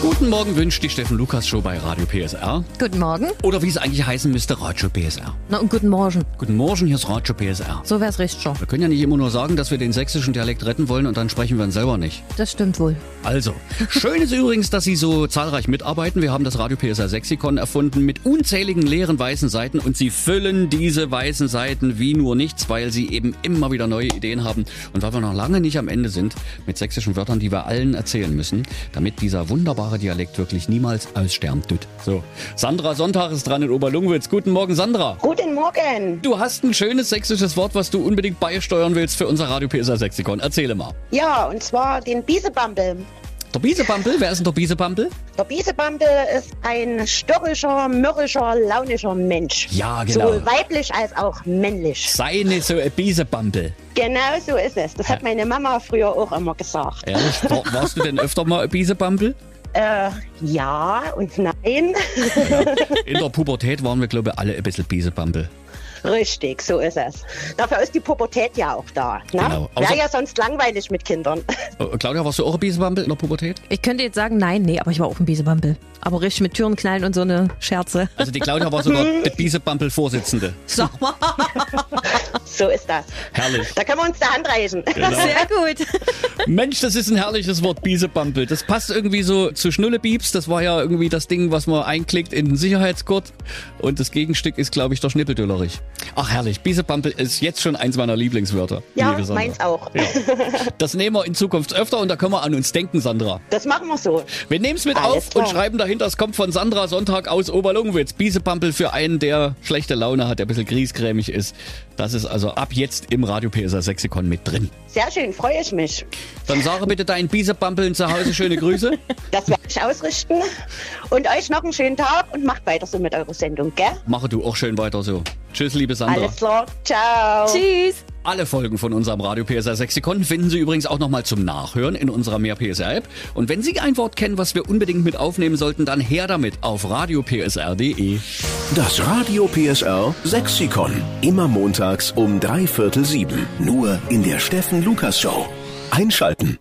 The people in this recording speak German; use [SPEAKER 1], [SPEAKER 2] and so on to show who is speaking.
[SPEAKER 1] Guten Morgen wünscht die Steffen Lukas Show bei Radio PSR.
[SPEAKER 2] Guten Morgen.
[SPEAKER 1] Oder wie es eigentlich heißen müsste, Radio PSR.
[SPEAKER 2] Na und guten Morgen.
[SPEAKER 1] Guten Morgen, hier ist Radio PSR.
[SPEAKER 2] So wär's richtig schon.
[SPEAKER 1] Wir können ja nicht immer nur sagen, dass wir den sächsischen Dialekt retten wollen und dann sprechen wir ihn selber nicht.
[SPEAKER 2] Das stimmt wohl.
[SPEAKER 1] Also, schön ist übrigens, dass Sie so zahlreich mitarbeiten. Wir haben das Radio PSR Sexikon erfunden mit unzähligen leeren weißen Seiten und Sie füllen diese weißen Seiten wie nur nichts, weil Sie eben immer wieder neue Ideen haben und weil wir noch lange nicht am Ende sind mit sächsischen Wörtern, die wir allen erzählen müssen, damit dieser wunderbare Dialekt wirklich niemals aussterben tut. So, Sandra Sonntag ist dran in Oberlungwitz. Guten Morgen, Sandra.
[SPEAKER 3] Guten Morgen.
[SPEAKER 1] Du hast ein schönes sächsisches Wort, was du unbedingt beisteuern willst für unser Radio PSR Sexikon. Erzähle mal.
[SPEAKER 3] Ja, und zwar den Biesebampel.
[SPEAKER 1] Der Biesepampel, wer ist denn der Biesepampel?
[SPEAKER 3] Der Biesebampel ist ein störrischer, mürrischer, launischer Mensch.
[SPEAKER 1] Ja, genau.
[SPEAKER 3] Sowohl weiblich als auch männlich.
[SPEAKER 1] Seine so ein Biesepampel.
[SPEAKER 3] Genau so ist es. Das hat meine Mama früher auch immer gesagt.
[SPEAKER 1] Ehrlich, war, warst du denn öfter mal ein Biesepampel?
[SPEAKER 3] Äh, ja und nein.
[SPEAKER 1] In der Pubertät waren wir, glaube ich, alle ein bisschen Biesepampel.
[SPEAKER 3] Richtig, so ist es. Dafür ist die Pubertät ja auch da. Ne?
[SPEAKER 1] Genau. Außer-
[SPEAKER 3] Wäre ja sonst langweilig mit Kindern.
[SPEAKER 1] Äh, Claudia, warst du auch ein Biesepampel in der Pubertät?
[SPEAKER 2] Ich könnte jetzt sagen, nein, nee, aber ich war auch ein Biesebampel. Aber richtig mit Türen knallen und so eine Scherze.
[SPEAKER 1] Also die Claudia war sogar der Biesepampel-Vorsitzende.
[SPEAKER 2] Sag mal.
[SPEAKER 3] So ist das.
[SPEAKER 1] Herrlich.
[SPEAKER 3] Da können wir uns die Hand reichen.
[SPEAKER 2] Sehr gut.
[SPEAKER 1] Mensch, das ist ein herrliches Wort, Biesepampel. Das passt irgendwie so zu Schnullebieps. Das war ja irgendwie das Ding, was man einklickt in den Sicherheitsgurt. Und das Gegenstück ist, glaube ich, der Schnippeldüllerich. Ach herrlich, Biesepampel ist jetzt schon eins meiner Lieblingswörter.
[SPEAKER 3] Ja,
[SPEAKER 1] liebe Sandra.
[SPEAKER 3] meins auch.
[SPEAKER 1] Ja. Das nehmen wir in Zukunft öfter und da können wir an uns denken, Sandra.
[SPEAKER 3] Das machen wir so.
[SPEAKER 1] Wir nehmen es mit
[SPEAKER 3] Alles
[SPEAKER 1] auf
[SPEAKER 3] klar.
[SPEAKER 1] und schreiben dahinter, es kommt von Sandra Sonntag aus Oberlungwitz. Biesepampel für einen, der schlechte Laune hat, der ein bisschen griesgrämig ist. Das ist also ab jetzt im Radio PSA Sexikon mit drin.
[SPEAKER 3] Sehr schön, freue ich mich.
[SPEAKER 1] Dann sage bitte deinen Biesepampeln zu Hause schöne Grüße.
[SPEAKER 3] Das werde ich ausrichten. Und euch noch einen schönen Tag und macht weiter so mit eurer Sendung, gell?
[SPEAKER 1] Mache du auch schön weiter so. Tschüss, liebe Sandra.
[SPEAKER 3] Alles klar. Ciao.
[SPEAKER 2] Tschüss.
[SPEAKER 1] Alle Folgen von unserem Radio PSR Sexikon finden Sie übrigens auch nochmal zum Nachhören in unserer Mehr PSR App. Und wenn Sie ein Wort kennen, was wir unbedingt mit aufnehmen sollten, dann her damit auf radiopsr.de.
[SPEAKER 4] Das Radio PSR Sexikon. Immer montags um drei Viertel sieben. Nur in der Steffen Lukas Show. Einschalten.